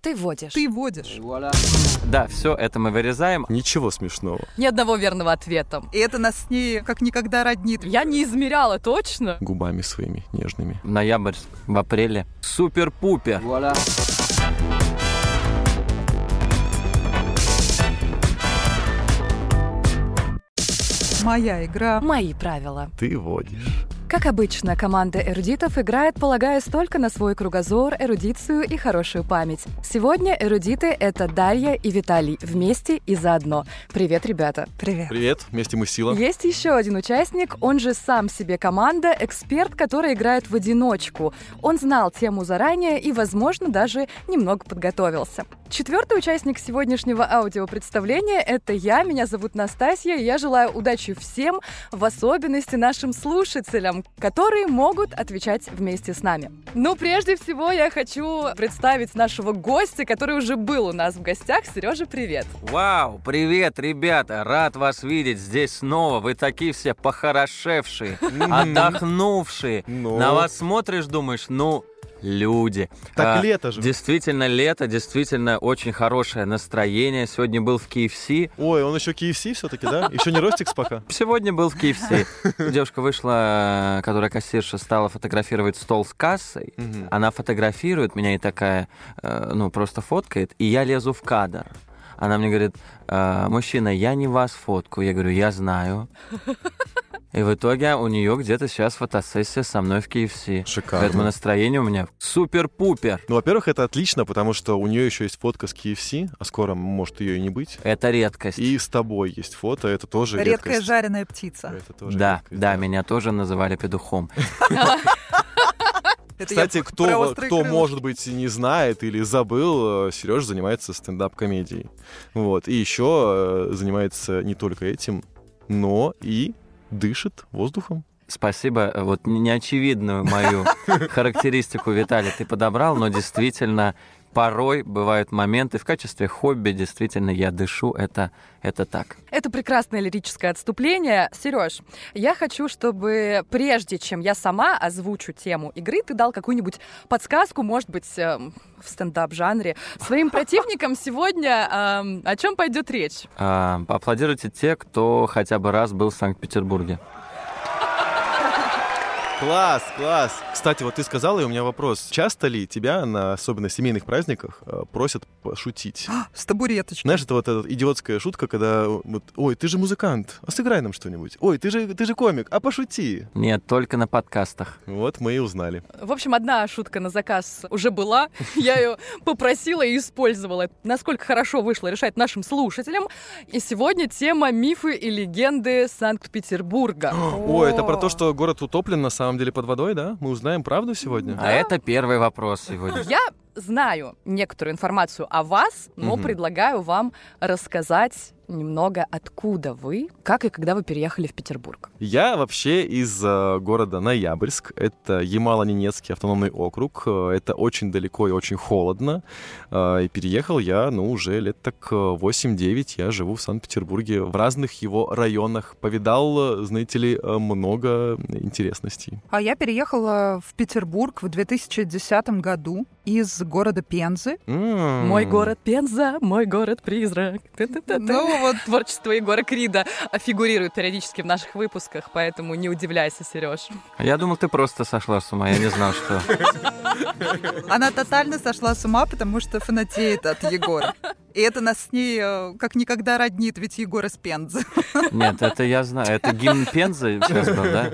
Ты водишь. Ты водишь. Да, все это мы вырезаем. Ничего смешного. Ни одного верного ответа. И это нас с ней как никогда роднит. Я не измеряла точно. Губами своими нежными. В ноябрь, в апреле. Супер-пупер. Моя игра. Мои правила. Ты водишь. Как обычно, команда эрудитов играет, полагаясь только на свой кругозор, эрудицию и хорошую память. Сегодня эрудиты — это Дарья и Виталий вместе и заодно. Привет, ребята! Привет. Привет, вместе мы сила. Есть еще один участник, он же сам себе команда, эксперт, который играет в одиночку. Он знал тему заранее и, возможно, даже немного подготовился. Четвертый участник сегодняшнего аудиопредставления — это я, меня зовут Настасья, и я желаю удачи всем, в особенности нашим слушателям, которые могут отвечать вместе с нами. Но прежде всего я хочу представить нашего гостя, который уже был у нас в гостях. Сережа, привет! Вау, привет, ребята. Рад вас видеть здесь снова. Вы такие все похорошевшие, А, отдохнувшие. Ну. На вас смотришь, думаешь, ну, люди. Так А, лето же. Действительно, лето, действительно, очень хорошее настроение. Сегодня был в KFC. Ой, он еще KFC все-таки, да? Еще не Ростикс пока. Сегодня был в KFC. Девушка вышла, которая кассирша, стала фотографировать стол с кассой. А, Мгм. Она фотографирует меня и такая, э, ну, просто фоткает, и я лезу в кадр. Она мне говорит, «Э, мужчина, я не вас фоткаю. Я говорю, я знаю. И в итоге у нее где-то сейчас фотосессия со мной в KFC. Шикарно. Поэтому настроение у меня супер-пупер. Ну, во-первых, это отлично, потому что у нее еще есть фотка с KFC, а скоро может ее и не быть. Это редкость. И с тобой есть фото, это тоже Редкая редкость. жареная птица. Это тоже Да, редкость, да, меня тоже называли петухом. Это я Кстати, про про кто, острые кто крылышки. может быть, не знает или забыл, Сереж занимается стендап-комедией. Вот. И еще э, занимается не только этим, но и дышит воздухом. Спасибо. э, Вот не- неочевидную мою характеристику, Виталий, ты подобрал, но действительно порой бывают моменты в качестве хобби, действительно, я дышу, это, это так. Это прекрасное лирическое отступление. Сереж, я хочу, чтобы прежде чем я сама озвучу тему игры, ты дал какую-нибудь подсказку, может быть, эм, в стендап-жанре, своим противникам сегодня эм, о чем пойдет речь. А, Поаплодируйте те, кто хотя бы раз был в Санкт-Петербурге. Класс, класс. Кстати, вот ты сказала, и у меня вопрос. Часто ли тебя на особенно семейных праздниках э, просят пошутить? С табуреточки. Знаешь, это вот эта идиотская шутка, когда вот, ой, ты же музыкант, а сыграй нам что-нибудь. Ой, ты же, ты же комик, а пошути. Нет, только на подкастах. Вот мы и узнали. В общем, одна шутка на заказ уже была. Я ее попросила и использовала. Насколько хорошо вышло решать нашим слушателям. И сегодня тема мифы и легенды Санкт-Петербурга. Ой, это про то, что город утоплен на самом деле под водой, да? Мы узнаем правду сегодня. А это первый вопрос сегодня. Я знаю некоторую информацию о вас, но Мгм. предлагаю вам рассказать немного, откуда вы, как и когда вы переехали в Петербург. Я вообще из э, города Ноябрьск. Это Ямало-Ненецкий автономный округ. Э, Это очень далеко и очень холодно. Э, И переехал я, ну, уже лет так э, 8-9. Я живу в Санкт-Петербурге, в разных его районах. Повидал, э, знаете ли, э, много интересностей. А я переехала в Петербург в 2010 году из города Пензы. Мой город Пенза, мой город призрак. Ты-ты-ты-ты. Ну вот, Творчество Егора Крида фигурирует периодически в наших выпусках, поэтому не удивляйся, Сереж. Я думал, ты просто сошла с ума, я не знал, что... она тотально сошла с ума, потому что фанатеет от Егора. И это нас с ней э, как никогда роднит, ведь Егор из Пензы. Нет, это я знаю. Это гимн Пензы сейчас был, да?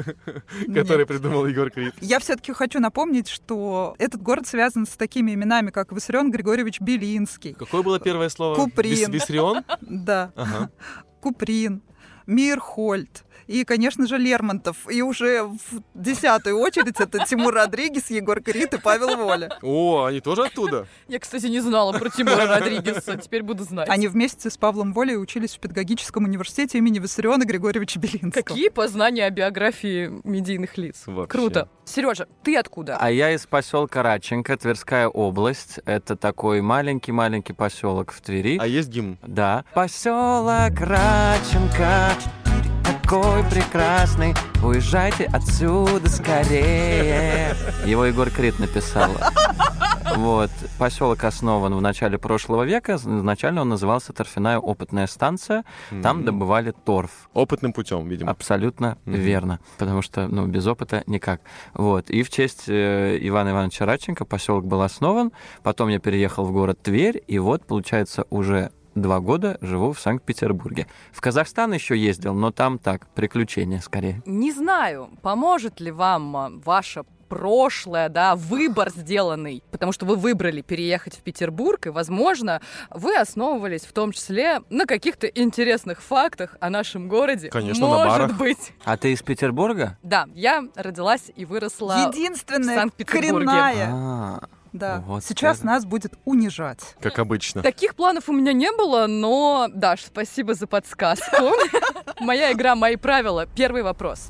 Который придумал Егор Крид. Я все-таки хочу напомнить, что этот город связан с такими именами, как Виссарион Григорьевич Белинский, Какое было первое слово? Куприн. Вис- Виссарион? да, Ага. Куприн, Мирхольд и, конечно же, Лермонтов. И уже в десятую очередь это Тимур Родригес, Егор Крид и Павел Воля. О, они тоже оттуда? Я, кстати, не знала про Тимура Родригеса, теперь буду знать. Они вместе с Павлом Волей учились в педагогическом университете имени Виссариона Григорьевича Белинского. Какие познания о биографии медийных лиц? Вообще. Круто. Сережа, ты откуда? А я из поселка Радченко, Тверская область. Это такой маленький-маленький поселок в Твери. А есть гимн? Да. Поселок Радченко, такой прекрасный. Уезжайте отсюда скорее. Его Егор Крид написал. Вот. Поселок основан в начале прошлого века. Изначально он назывался Торфяная опытная станция. Там М. добывали торф. Опытным путем, видимо. Абсолютно Мгм. верно. Потому что, ну, без опыта никак. Вот. И в честь э, Ивана Ивановича Радченко поселок был основан. Потом я переехал в город Тверь. И вот, получается, уже два года живу в Санкт-Петербурге. В Казахстан еще ездил, но там так, приключения скорее. Не знаю, поможет ли вам а, ваше прошлое, да, выбор сделанный, потому что вы выбрали переехать в Петербург, и, возможно, вы основывались в том числе на каких-то интересных фактах о нашем городе. Конечно, на Может барах. быть. А ты из Петербурга? Да, я родилась и выросла... в Единственная Санкт-Петербурге. коренная. А, Да. вот Сейчас это. нас будет унижать. Как обычно. Таких планов у меня не было, но, Даш, спасибо за подсказку. Моя игра, мои правила. Первый вопрос.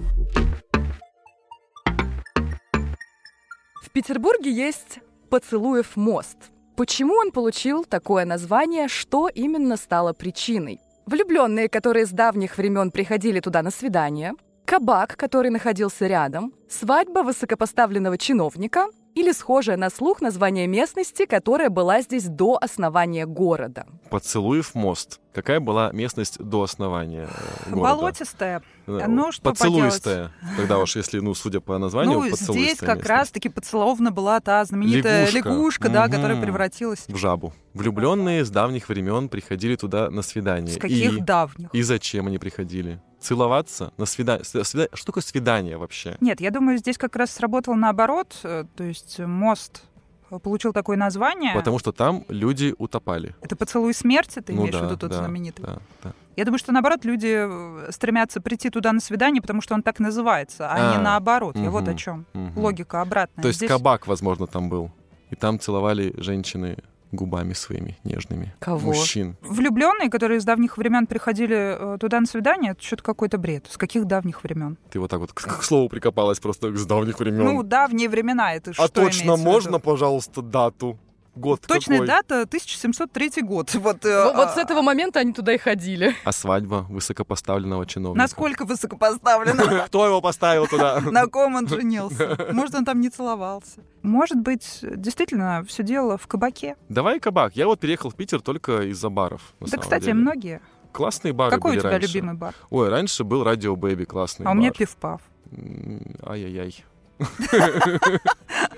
В Петербурге есть Поцелуев мост. Почему он получил такое название, что именно стало причиной? Влюбленные, которые с давних времен приходили туда на свидание, кабак, который находился рядом, свадьба высокопоставленного чиновника или схожее на слух название местности, которая была здесь до основания города. Поцелуев мост. Какая была местность до основания э, города? Болотистая. Да, Ну, что Поцелуйстая. Тогда уж, если, ну, судя по названию, ну, поцелуйстая здесь как местность. раз-таки поцелована была та знаменитая лягушка, Лягушка. да, Мгм. которая превратилась В жабу. Влюбленные с давних времен приходили туда на свидание. с каких И- давних. И зачем они приходили? Целоваться? На свидание? Что такое свидание вообще? Нет, я думаю, здесь как раз сработал наоборот, э, то есть э, мост э, получил такое название. Потому что там люди утопали. Это поцелуй смерти, ты Ну имеешь в да, виду тот да, знаменитый. Да, да. Я думаю, что наоборот люди э, стремятся прийти туда на свидание, потому что он так называется, а, А, не наоборот. Я вот о мгм. чем. Мгм. Логика обратная. То есть Здесь- кабак, возможно, там был. И там целовали женщины губами своими нежными. Кого? Мужчин. Влюбленные, которые с давних времен приходили э, туда на свидание, это что-то какой-то бред. С каких давних времен? Ты вот так вот к, к слову прикопалась просто с давних времен. Ну, давние времена это что а точно имеется в виду? можно, пожалуйста, дату? Год Точная какой? дата 1703 год. Вот, э, Во- Вот с а, этого момента они туда и ходили. А свадьба высокопоставленного чиновника? Насколько Ну. высокопоставлено? Кто его поставил туда? На ком он женился? Может, он там не целовался? Может быть, действительно, все дело в кабаке. Давай кабак. Я вот переехал в Питер только из-за баров. на да, самом кстати, деле. многие. Классные бары Какой были у тебя раньше. любимый бар? Ой, раньше был Радио Бэби классный А у меня бар. пивпав. М, Ай-яй-яй.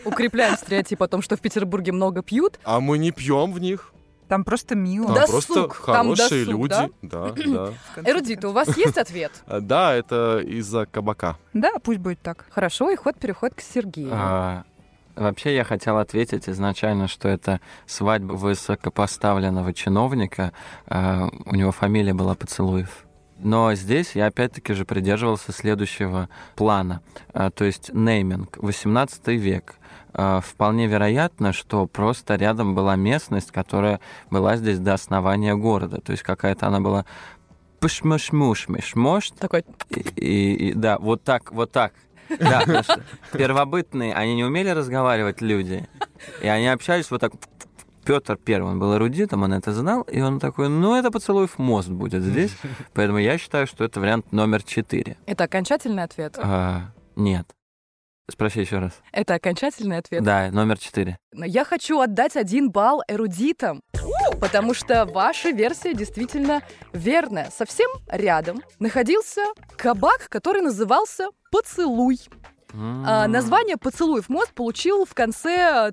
Укрепляем стереотип о том, что в Петербурге много пьют. А мы не пьем в них. Там просто мило. Там Досуг. просто Там хорошие досуг, люди. Да, да. в конце Эрудиты, у вас есть ответ? А, Да, это из-за кабака. концов. Да, пусть будет так. Хорошо, и ход переход к Сергею. А, Вообще я хотел ответить изначально, что это свадьба высокопоставленного чиновника. А, У него фамилия была Поцелуев. Но здесь я опять-таки же придерживался следующего плана, А, то есть нейминг, 18 век. А, Вполне вероятно, что просто рядом была местность, которая была здесь до основания города. То есть какая-то она была пшмышмушмишмош, Такой, и, и- и- да, вот так, вот так. Да, потому что первобытные, они не умели разговаривать люди, и они общались вот так. Петр первый, он был эрудитом, он это знал, и он такой, ну, это поцелуй в мост будет здесь, поэтому я считаю, что это вариант номер четыре. это окончательный ответ. А, нет. Спроси еще раз. Это окончательный ответ. Да, номер четыре. Но я хочу отдать один балл эрудитам, потому что ваша версия действительно верная. Совсем рядом находился кабак, который назывался «Поцелуй». А, Название «Поцелуев мост» получил в конце э,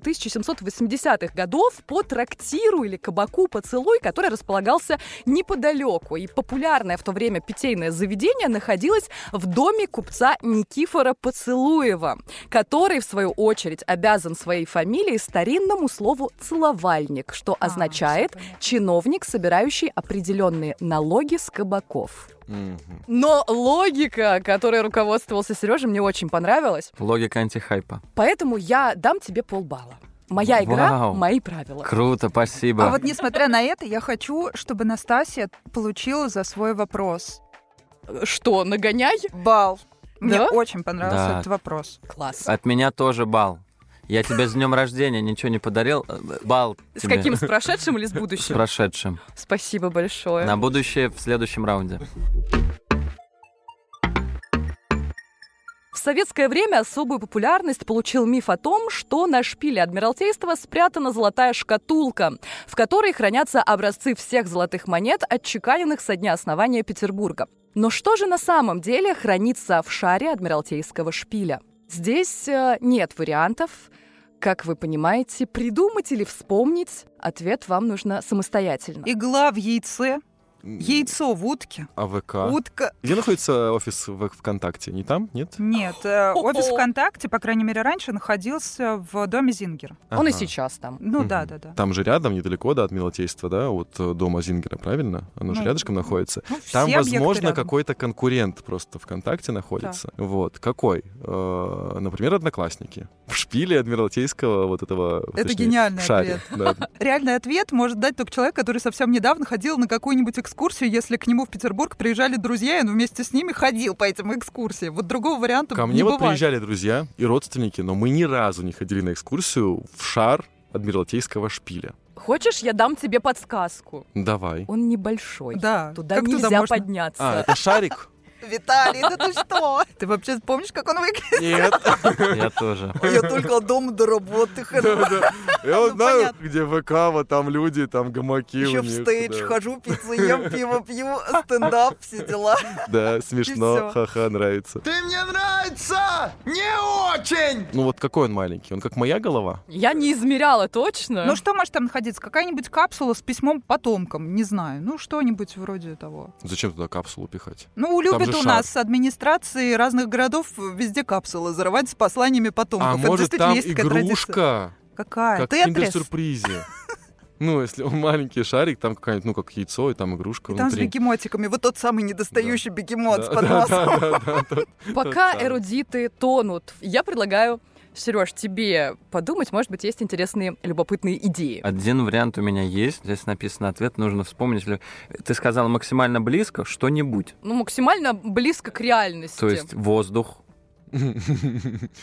1780-х годов по трактиру или кабаку «Поцелуй», который располагался неподалеку. И популярное в то время питейное заведение находилось в доме купца Никифора Поцелуева, который, в свою очередь, обязан своей фамилией старинному слову «целовальник», что А, означает всё понятно. «чиновник, собирающий определенные налоги с кабаков». Мгм. Но логика, которой руководствовался Сережа, мне очень понравилась. Логика антихайпа. Поэтому я дам тебе полбалла. Моя игра, Вау. мои правила. Круто, спасибо. А вот несмотря на это, я хочу, чтобы Настасья получила за свой вопрос Что, нагоняй? бал. Мне Да? очень понравился Да. этот вопрос. Класс. От меня тоже бал. Я тебе с днем рождения ничего не подарил. э, Бал С тебе. каким, с прошедшим или с С будущим? прошедшим. Спасибо большое. На будущее в следующем раунде. В советское время особую популярность получил миф о том, что на шпиле Адмиралтейства спрятана золотая шкатулка, в которой хранятся образцы всех золотых монет, отчеканенных со дня основания Петербурга. Но что же на самом деле хранится в шаре Адмиралтейского шпиля? Здесь э, нет вариантов. Как вы понимаете, придумать или вспомнить ответ вам нужно самостоятельно. Игла в яйце, М, яйцо в утке, АВК. утка Где находится офис в ВКонтакте? Не там? Нет? Нет, э, офис ВКонтакте, по крайней мере, раньше находился в доме Зингера. Он и Ага. сейчас там. Ну Мгм. да, да, да. Там же рядом, недалеко, да, от Милотейства, да, от э, дома Зингера, правильно? Оно же Ну, рядышком находится. Ну, все Там, объекты возможно, рядом. какой-то конкурент просто ВКонтакте находится. Вот. Какой? Э, Например, Одноклассники. В шпиле Адмиралтейского вот этого... Это точнее, гениальный в шаре. ответ. Да. Реальный ответ может дать только человек, который совсем недавно ходил на какую-нибудь экскурсию, если к нему в Петербург приезжали друзья, и он вместе с ними ходил по этим экскурсиям. Вот другого варианта Ко не мне вот бывает. приезжали друзья и родственники, но мы ни разу не ходили на экскурсию в шар Адмиралтейского шпиля. Хочешь, я дам тебе подсказку? Давай. Он небольшой. Да. Туда как нельзя туда можно? подняться. А, это шарик? Виталий, да ты что? Ты вообще помнишь, как он выглядит? Нет. Я тоже. Я только дома до работы хожу, Я Ну, знаю, понятно. где ВК, вот там люди, там гамаки у них, да. хожу, пиццу ем, пиво пью, стендап, все дела. Да, всё. смешно, ха-ха, нравится. Ты мне нравится! Не очень! Ну вот какой он маленький? Он как моя голова? Я не измеряла точно. Ну что может там находиться? Какая-нибудь капсула с письмом потомкам, не знаю. Ну что-нибудь вроде того. Зачем туда капсулу пихать? Ну, любят же у шар. нас администрации разных городов везде капсулы зарывать с посланиями потомков. А Это может действительно там есть такая традиция. игрушка, Какая? как в Тетрис. киндер-сюрпризе? Ну, если он маленький шарик, там какая-нибудь, ну, как яйцо, и там игрушка И там с внутри. бегемотиками. Вот тот самый недостающий бегемот с Да, да, подносом. да, да, да. Пока тот самый. эрудиты тонут, я предлагаю, Сереж, тебе подумать, может быть, есть интересные, любопытные идеи. Один вариант у меня есть. Здесь написано ответ, нужно вспомнить. Лю- Ты сказал максимально близко что-нибудь. Ну, максимально близко к реальности. То есть воздух.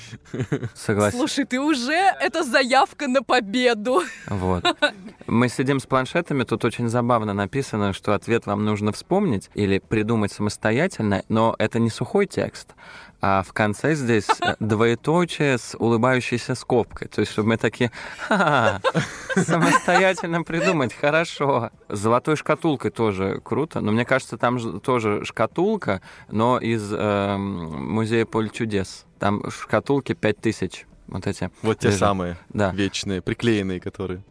Согласен. Слушай, ты уже это заявка на победу. Вот. Мы сидим с планшетами, тут очень забавно написано, что ответ вам нужно вспомнить или придумать самостоятельно, но это не сухой текст, а в конце здесь э, двоеточие с улыбающейся скобкой. То есть, чтобы мы такие, «Ха-ха, самостоятельно придумать, хорошо. С золотой шкатулкой тоже круто, но мне кажется, там ж- тоже шкатулка, но из эм, музея поле чудес. Там в шкатулке 5000. Вот эти, Вот те Лежит. самые да. вечные, приклеенные, которые...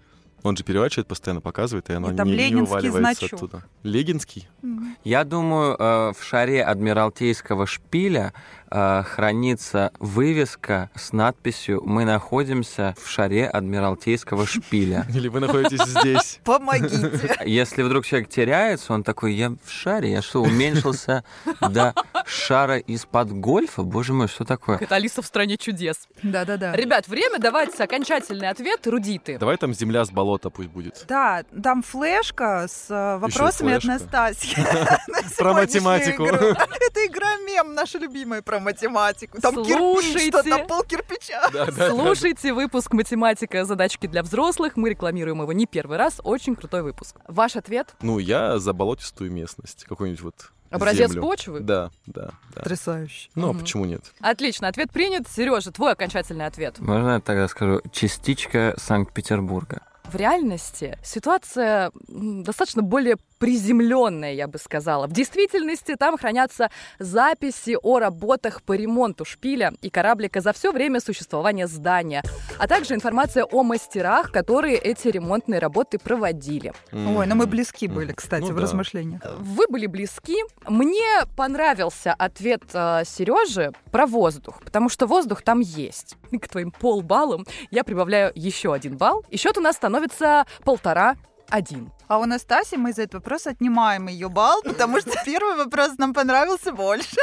Он же переворачивает, постоянно показывает, и оно И там не, не ленинский вываливается значок. оттуда. Легинский? М. Я думаю, э, в шаре Адмиралтейского шпиля э, хранится вывеска с надписью «Мы находимся в шаре Адмиралтейского шпиля». Или вы находитесь здесь? Помогите. Если вдруг человек теряется, он такой, я в шаре, я что, уменьшился до шара из-под гольфа? Боже мой, что такое? Это Алиса в стране чудес. Да-да-да. Ребят, время давать окончательный ответ, эрудиты. Давай там земля с болота пусть будет. Да, там флешка с э, вопросами от флешка. Настасьи. на сегодняшнюю математику. игру. Это игра мем, наша любимая про математику. Там кирпич, Слушайте. что-то пол кирпича. Слушайте выпуск «Математика. Задачки для взрослых». Мы рекламируем его не первый раз. Очень крутой выпуск. Ваш ответ? Ну, я за болотистую местность. Какую-нибудь вот Образец землю. почвы? Да, да, да. Потрясающе. Ну, а Мгм. почему нет? Отлично, ответ принят. Сережа, твой окончательный ответ. Можно я тогда скажу? Частичка Санкт-Петербурга. В реальности ситуация м, достаточно более приземленная, я бы сказала. В действительности там хранятся записи о работах по ремонту шпиля и кораблика за все время существования здания, а также информация о мастерах, которые эти ремонтные работы проводили. Ой, ну мы Мгм. близки были, Мгм. кстати, Ну в да. размышлениях. Вы были близки. Мне понравился ответ Сережи про воздух, потому что воздух там есть. И к твоим полбаллам я прибавляю еще один балл, и счет у нас становится полтора-один. А у Настаси мы за этот вопрос отнимаем ее балл, потому что первый вопрос нам понравился больше.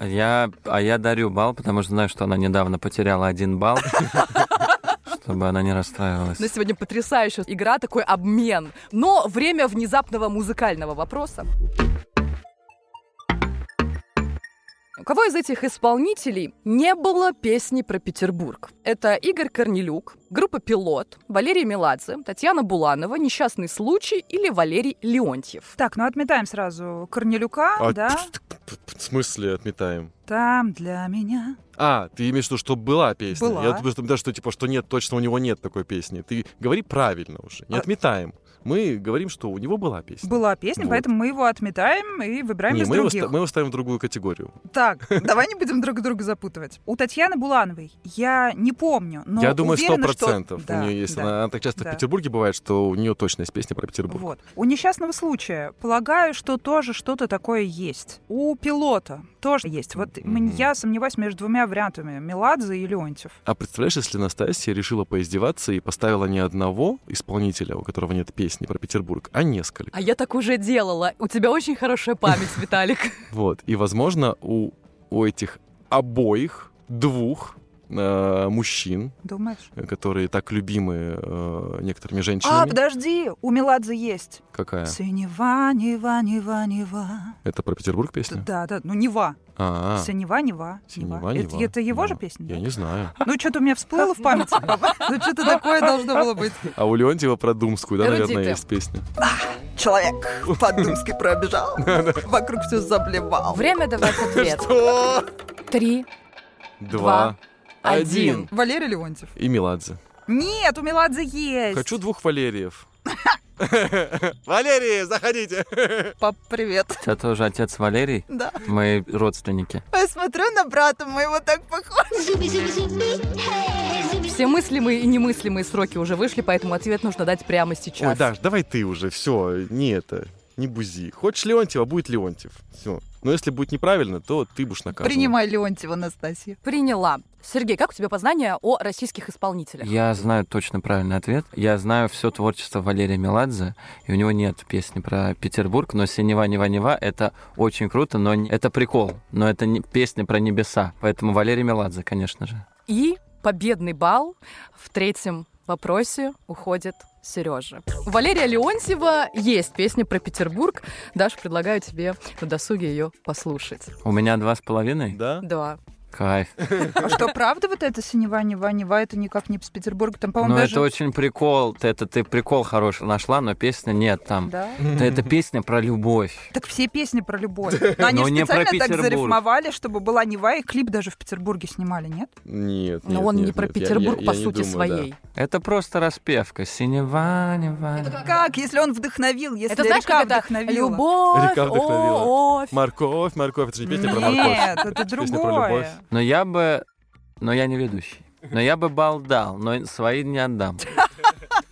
Я, а я дарю балл, потому что знаю, что она недавно потеряла один балл, чтобы она не расстраивалась. На сегодня потрясающая игра, такой обмен. Но время внезапного музыкального вопроса. У кого из этих исполнителей не было песни про Петербург? Это Игорь Корнелюк, группа «Пилот», Валерий Меладзе, Татьяна Буланова, «Несчастный случай» или Валерий Леонтьев? Так, ну отметаем сразу Корнелюка, А, да? пф, В смысле отметаем? Там для меня. А, ты имеешь в виду, что была песня? Была. Я просто да, что типа, что нет, точно у него нет такой песни. Ты говори правильно уже, не А- отметаем. Мы говорим, что у него была песня. Была песня, Вот. поэтому мы его отметаем и выбираем Не, из мы его, других. ста- мы его ставим в другую категорию. Так, давай не будем друг друга запутывать. У Татьяны Булановой я не помню, но Я думаю, сто Ну уверена, что- процентов. Да, у нее есть, да. она, она так часто да. в Петербурге бывает, что у нее точно есть песня про Петербург. Вот. У несчастного случая, полагаю, что тоже что-то такое есть. У пилота тоже есть. Вот м, Мгм. я сомневаюсь между двумя вариантами. Меладзе и Леонтьев. А представляешь, если Настасья решила поиздеваться и поставила не одного исполнителя, у которого нет песни про Петербург, а несколько. А я так уже делала. У тебя очень хорошая память, Виталик. Вот. И, возможно, у, у этих обоих, двух э, мужчин, Думаешь? э, которые так любимы э, некоторыми А, женщинами. подожди, у Меладзе есть. Какая? Синева, Нева, Нева, Нева. Это про Петербург песня? Да, да, ну Нева. А, Синева, Нева. Синева, Это- Нева. Это его же Да. песня? да? я не знаю. Ну, что-то у меня всплыло в памяти. Ну, что-то такое должно было быть. А у Леонтьева про Думскую, да, наверное, Эрудиты. есть песня? Человек под Думский пробежал, вокруг все заблевал. Время давать ответ. О! Три, Два. один. Валерий Леонтьев. И Меладзе. Нет, у Меладзе есть. Хочу двух Валериев. Валерий, заходите! Пап, привет. У тебя тоже отец Валерий? Да. Мои родственники. А Я смотрю на брата моего так похож. Zubi, zubi, zubi, hey, zubi, Все мыслимые и немыслимые сроки уже вышли, поэтому ответ нужно дать прямо сейчас. Ой, Даш, давай ты уже, все, не это, не бузи. Хочешь Леонтьева, будет Леонтьев. Все. Но если будет неправильно, то ты будешь наказан. Принимай Леонтьева, Анастасия. Приняла. Сергей, как у тебя познания о российских исполнителях? Я знаю точно правильный ответ. Я знаю все творчество Валерия Меладзе, и у него нет песни про Петербург, но «Синева, Нева, Нева» — это очень круто, но не- это прикол, но это не песня про небеса. Поэтому Валерий Меладзе, конечно же. И победный балл в третьем вопросе уходит Сережа. У Валерия Леонтьева есть песня про Петербург. Даша, предлагаю тебе на досуге ее послушать. У меня два с половиной? Да? Да. Кайф. А что, правда вот это синева, нева, нева, это никак не с Петербурга? Там, по-моему, Ну, даже... это очень прикол. Ты- Это ты прикол хороший нашла, но песня нет там. Да. Это- Это песня про любовь. Так все песни про любовь. Но они Но же не про специально так Петербург. зарифмовали, чтобы была Нева, и клип даже в Петербурге снимали, нет? Нет, Но нет, он не нет, про нет, я- Петербург я- по я не сути думаю, своей. Это просто распевка. Синева, нева. Как, если он вдохновил, если Это знаешь, река как это вдохновила? любовь, Река вдохновила. о, да. Морковь, морковь, это же не песня про морковь. Нет, это Песня про любовь. другое. Но я бы... Но я не ведущий. Но я бы бал дал, но свои не отдам.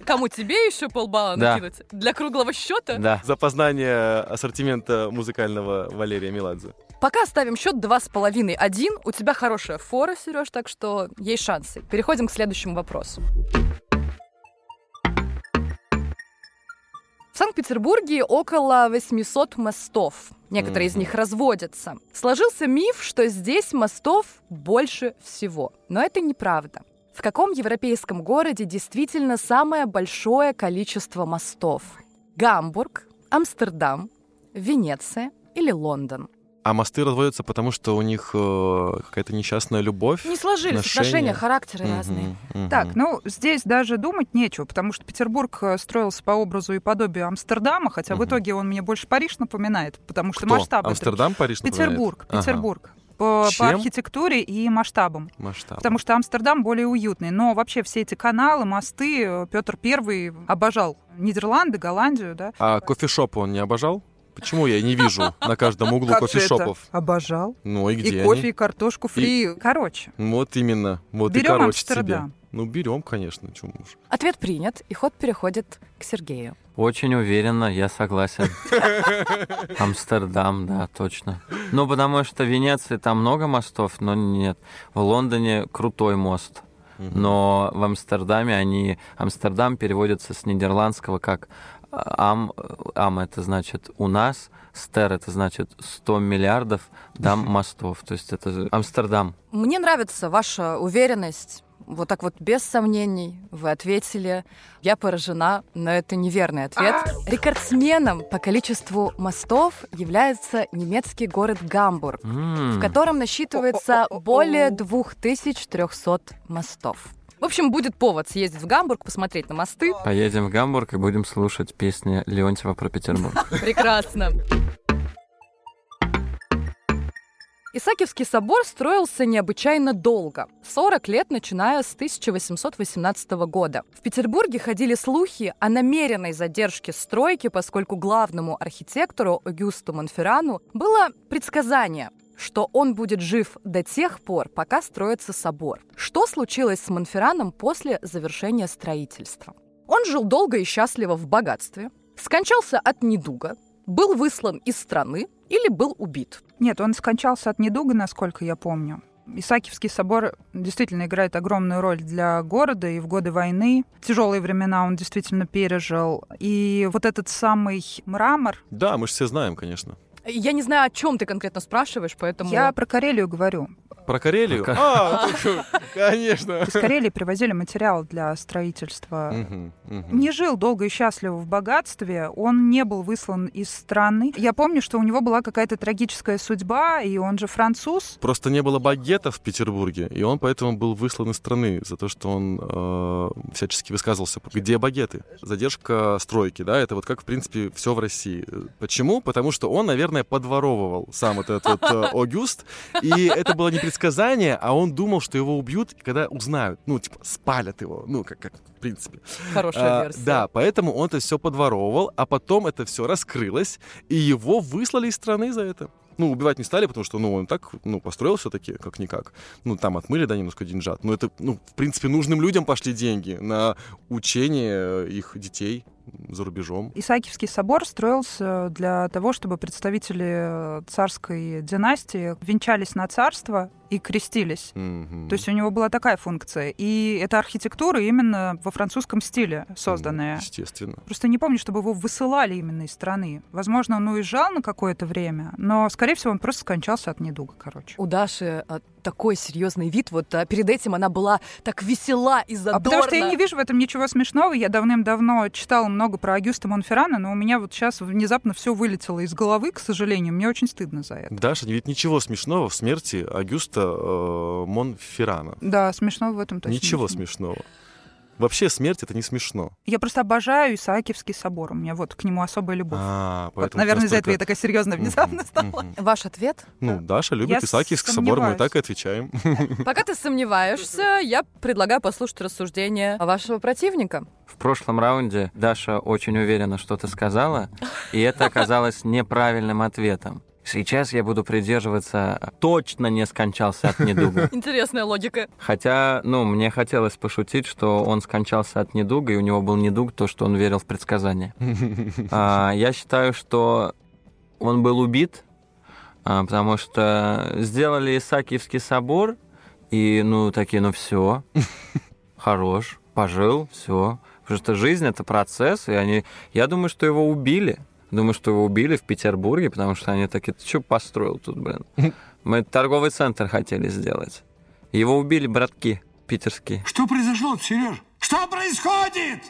Кому тебе еще полбалла Да. накинуть? Для круглого счета? Да. За познание ассортимента музыкального Валерия Меладзе. Пока ставим счет два с половиной один. У тебя хорошая фора, Сереж, так что есть шансы. Переходим к следующему вопросу. В Санкт-Петербурге около 800 мостов. Некоторые из Мгм. них разводятся. Сложился миф, что здесь мостов больше всего. Но это неправда. В каком европейском городе действительно самое большое количество мостов? Гамбург, Амстердам, Венеция или Лондон? А мосты разводятся, потому что у них э, какая-то несчастная любовь. Не сложились отношения. отношения, характеры Мгм, разные. мгм. Так, ну здесь даже думать нечего, потому что Петербург э, строился по образу и подобию Амстердама, хотя в Мгм. итоге он мне больше Париж напоминает, потому что Кто? масштаб Амстердам, Париж, напоминает? Петербург, Ага, Петербург. По, по Чем? А архитектуре и масштабам. масштаб. Потому что Амстердам более уютный. Но вообще все эти каналы, мосты, Петр Первый обожал Нидерланды, Голландию, да? А кофешопы он не обожал? Почему я не вижу на каждом углу Как же это? кофешопов? Обожал. Ну и где и они? кофе, и картошку фри. Короче, Вот именно. Вот и берем короче тебе. Амстердам. Ну берем, конечно, чё мы уж. Ответ принят, и ход переходит к Сергею. Очень уверенно, я согласен. Амстердам, да, точно. Ну, потому что в Венеции там много мостов, но нет. В Лондоне крутой мост. Мгм. Но в Амстердаме они... Амстердам переводится с нидерландского как а, ам, э, ам это значит у нас, стер это значит 100 миллиардов дам мостов. То есть это Амстердам. Мне нравится ваша уверенность. Вот так вот, без сомнений, вы ответили. Я поражена, но это неверный ответ. Рекордсменом по количеству мостов является немецкий город Гамбург, в М, котором насчитывается О-о-о-о-о. более 2300 мостов. В общем, будет повод съездить в Гамбург, посмотреть на мосты. Поедем в Гамбург и будем слушать песни Леонтьева про Петербург. Прекрасно. Исаакиевский собор строился необычайно долго – 40 лет, начиная с 1818 года. В Петербурге ходили слухи о намеренной задержке стройки, поскольку главному архитектору Гюсту Монферану было предсказание что он будет жив до тех пор, пока строится собор. Что случилось с Монфераном после завершения строительства? Он жил долго и счастливо в богатстве, скончался от недуга, был выслан из страны или был убит. Нет, он скончался от недуга, насколько я помню. Исаакиевский собор действительно играет огромную роль для города и в годы войны. Тяжелые времена он действительно пережил. И вот этот самый мрамор, Да, мы же все знаем, конечно. Я не знаю, о чем ты конкретно спрашиваешь, поэтому... я про Карелию говорю. Про Карелию? Про А, ну, конечно. Из Карелии привозили материал для строительства Мгм, мгм. не жил долго и счастливо в богатстве, он не был выслан из страны. Я помню, что у него была какая-то трагическая судьба, и он же француз. Просто не было багета в Петербурге, и он поэтому был выслан из страны за то, что он э, всячески высказывался. Где багеты? Задержка стройки, да, это вот как, в принципе, все в России. Почему? Потому что он, наверное, подворовывал сам этот вот э, Огюст, и это было не предсказание, а он думал, что его убьют, когда узнают, ну, типа, спалят его, ну, как, как в принципе. Хорошая А, версия. Да, поэтому он это все подворовывал, а потом это все раскрылось, и его выслали из страны за это. Ну, убивать не стали, потому что, ну, он так, ну, построил все-таки, как-никак. Ну, там отмыли, да, немножко деньжат. Но это, ну, в принципе, нужным людям пошли деньги на учение э, их детей за рубежом. Исаакиевский собор строился для того, чтобы представители э, царской династии венчались на царство и крестились. Мгм. То есть у него была такая функция. И эта архитектура именно во французском стиле созданная. М, Естественно. Просто не помню, чтобы его высылали именно из страны. Возможно, он уезжал на какое-то время, но, скорее всего, он просто скончался от недуга, короче. У Даши а, такой серьезный вид. Вот а, перед этим она была так весела и задорна. А потому что я не вижу в этом ничего смешного. Я давным-давно читала много про Агюста Монферрана, но у меня вот сейчас внезапно все вылетело из головы, к сожалению. Мне очень стыдно за это. Даша не видит ничего смешного в смерти Агюста э, Монферрана. Да, смешного в этом точно. Ничего нет. смешного. Вообще смерть — это не смешно. Я просто обожаю Исаакиевский собор. У меня вот к нему особая любовь. А, Вот, поэтому ты наверное, из-за этого настолько- я такая серьезная внезапно Мгм, стала. мгм. Ваш ответ? Ну, Даша Я любит Исаакиевский сомневаюсь. собор, мы так и отвечаем. Пока ты сомневаешься, я предлагаю послушать рассуждения вашего противника. В прошлом раунде Даша очень уверенно что-то сказала, и это оказалось неправильным ответом. Сейчас я буду придерживаться точно не скончался от недуга. Интересная логика. Хотя, ну, мне хотелось пошутить, что он скончался от недуга, и у него был недуг то, что он верил в предсказания. А, Я считаю, что он был убит, а, потому что сделали Исаакиевский собор, и, ну, такие, ну, все, хорош, пожил, все. Потому что жизнь — это процесс, и они... Я думаю, что его убили. Думаю, что его убили в Петербурге, потому что они такие, ты что построил тут, блин? Мы торговый центр хотели сделать. Его убили братки питерские. Что произошло, Сереж? Что происходит?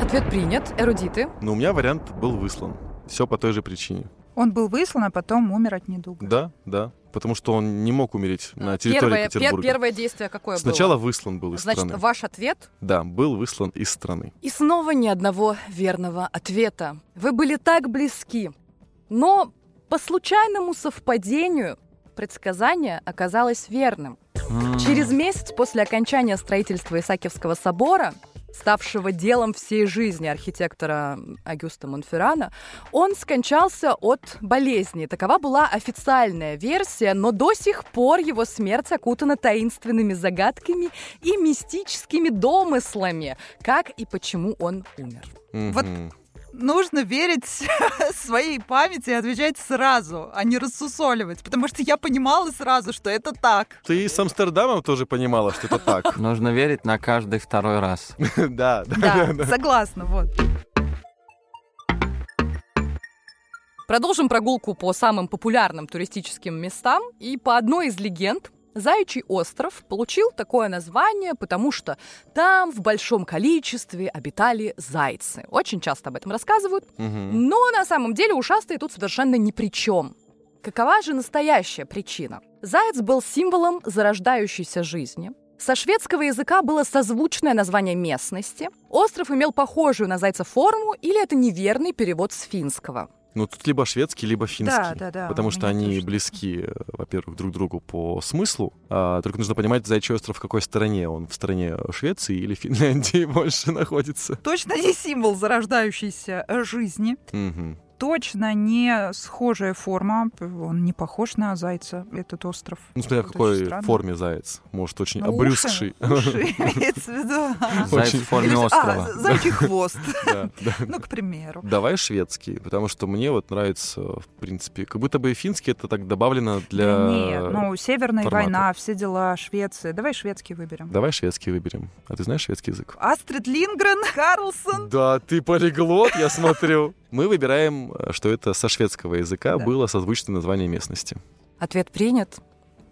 Ответ принят. Эрудиты. Но у меня вариант был выслан. Все по той же причине. Он был выслан, а потом умер от недуга. Да, да. Потому что он не мог умереть на территории Первое, пе- Петербурга. первое действие какое Сначала было? выслан был из Значит, страны. ваш ответ? Да, был выслан из страны. И снова ни одного верного ответа. Вы были так близки. Но по случайному совпадению предсказание оказалось верным. М. Через месяц после окончания строительства Исаакиевского собора, ставшего делом всей жизни архитектора Агюста Монферрана, он скончался от болезни. Такова была официальная версия, но до сих пор его смерть окутана таинственными загадками и мистическими домыслами, как и почему он умер. Вот- Мгм. нужно верить своей памяти и отвечать сразу, а не рассусоливать. Потому что я понимала сразу, что это так. Ты и с Амстердамом тоже понимала, что это так. Нужно верить на каждый второй раз. Да, да. Да, согласна, вот. Продолжим прогулку по самым популярным туристическим местам. И по одной из легенд Заячий остров получил такое название, потому что там в большом количестве обитали зайцы. Очень часто об этом рассказывают, Мгм. но на самом деле ушастые тут совершенно ни при чем. Какова же настоящая причина? Заяц был символом зарождающейся жизни. Со шведского языка было созвучное название местности. Остров имел похожую на зайца форму, или это неверный перевод с финского. Ну, тут либо шведский, либо финский. Да, да, да. Потому у что меня они тоже. близки, э, во-первых, друг другу по смыслу. А, только нужно понимать, Зайчий остров в какой стороне. Он в стороне Швеции или Финляндии больше находится. Точно не символ зарождающейся э, жизни. Мгм. Ну, Точно не схожая форма. Он не похож на зайца, этот остров. Ну, смотря в Это какой очень странно. форме заяц. Может, очень Ну, обрюзгший. Уши, уши имеется в виду. Заяц Очень- в форме Или- острова. А, зайчий хвост, Да, да. ну, к примеру. Давай шведский, потому что мне вот нравится, в принципе, как будто бы и финский это так добавлено для... Да Нет, ну, Северная формата. война, все дела Швеции. Давай шведский выберем. Давай шведский выберем. А ты знаешь шведский язык? Астрид Лингрен, Карлсон. Да, ты полиглот, я смотрю. Мы выбираем, э, что это со шведского языка Да. было созвучно название местности. Ответ принят.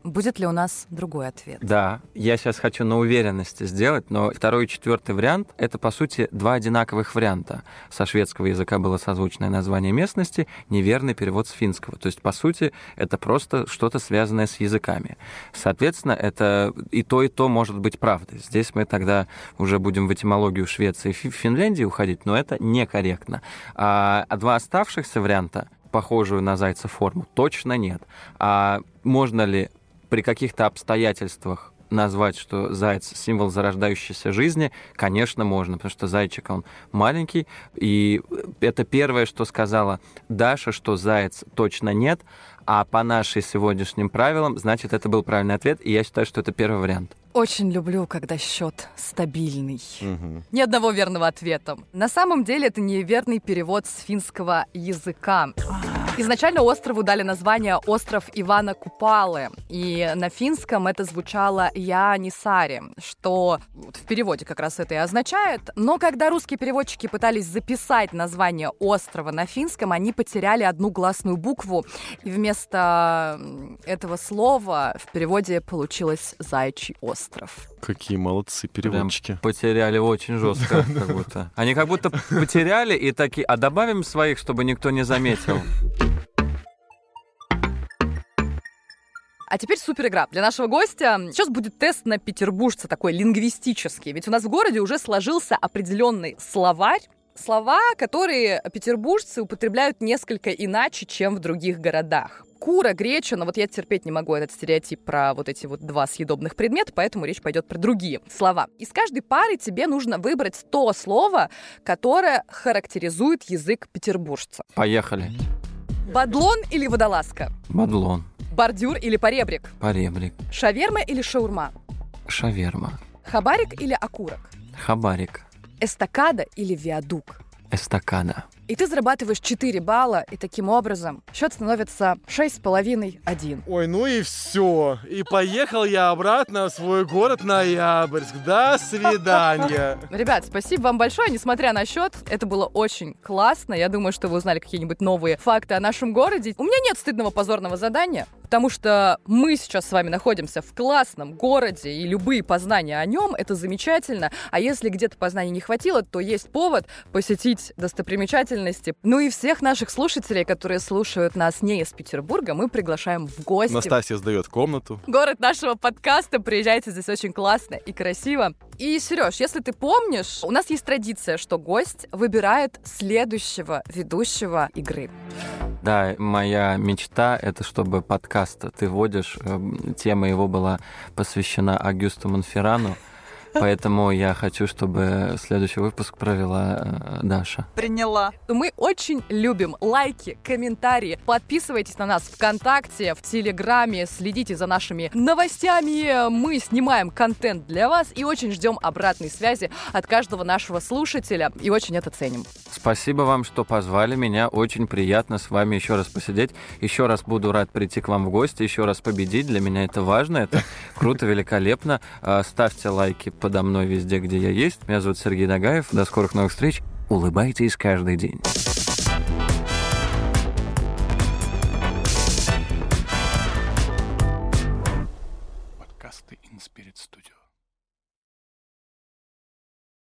Будет ли у нас другой ответ? Да, я сейчас хочу на уверенности сделать, но второй и четвертый вариант — это, по сути, два одинаковых варианта. Со шведского языка было созвучное название местности, неверный перевод с финского. То есть, по сути, это просто что-то связанное с языками. Соответственно, это и то, и то может быть правдой. Здесь мы тогда уже будем в этимологию Швеции и Фи- Финляндии уходить, но это некорректно. А а два оставшихся варианта похожую на зайца форму точно нет. А можно ли при каких-то обстоятельствах назвать, что заяц символ зарождающейся жизни, конечно, можно, потому что зайчик, он маленький, и это первое, что сказала Даша, что заяц точно нет, а по нашей сегодняшним правилам, значит, это был правильный ответ, и я считаю, что это первый вариант. Очень люблю, когда счет стабильный. Ни одного верного ответа. На самом деле это неверный перевод с финского языка. Изначально острову дали название «Остров Ивана Купалы», и на финском это звучало «Яанисари», что вот в переводе как раз это и означает. Но когда русские переводчики пытались записать название острова на финском, они потеряли одну гласную букву, и вместо м, этого слова в переводе получилось «Заячий остров». Какие молодцы переводчики. Потеряли очень жестко, как будто. Они как будто потеряли и такие, а добавим своих, чтобы никто не заметил. А теперь супер игра. Для нашего гостя сейчас будет тест на петербуржца, такой лингвистический. Ведь у нас в городе уже сложился определенный словарь. Слова, которые петербуржцы употребляют несколько иначе, чем в других городах. Кура, греча, но вот я терпеть не могу этот стереотип про вот эти вот два съедобных предмета, поэтому речь пойдет про другие слова. Из каждой пары тебе нужно выбрать то слово, которое характеризует язык петербуржца. Поехали. Бадлон или водолазка? Бадлон, Бордюр или поребрик? поребрик, Шаверма или шаурма? шаверма, Хабарик или окурок? хабарик, Эстакада или виадук? эстакада. И ты зарабатываешь 4 балла, и таким образом счет становится 6,5-1. Ой, ну и все. И поехал я обратно в свой город Ноябрьск. До свидания. Ребят, спасибо вам большое, несмотря на счет. Это было очень классно. Я думаю, что вы узнали какие-нибудь новые факты о нашем городе. У меня нет стыдного позорного задания, потому что мы сейчас с вами находимся в классном городе, и любые познания о нем — это замечательно. А если где-то познаний не хватило, то есть повод посетить достопримечательности. Ну и всех наших слушателей, которые слушают нас не из Петербурга, мы приглашаем в гости. Настасья сдает комнату. Город нашего подкаста. Приезжайте, здесь очень классно и красиво. И, Сереж, если ты помнишь, у нас есть традиция, что гость выбирает следующего ведущего игры. Да, моя мечта — это чтобы подкаст ты вводишь, эм, тема его была посвящена Агюсту Монферану, поэтому я хочу, чтобы следующий выпуск провела э, Даша. Приняла. Мы очень любим лайки, комментарии. Подписывайтесь на нас ВКонтакте, в Телеграме, следите за нашими новостями. Мы снимаем контент для вас и очень ждем обратной связи от каждого нашего слушателя. И очень это ценим. Спасибо вам, что позвали меня. Очень приятно с вами еще раз посидеть. Еще раз буду рад прийти к вам в гости, еще раз победить. Для меня это важно, это круто, великолепно. Э, Ставьте лайки подо мной везде, где я есть. Меня зовут Сергей Нагаев. До скорых новых встреч. Улыбайтесь каждый день.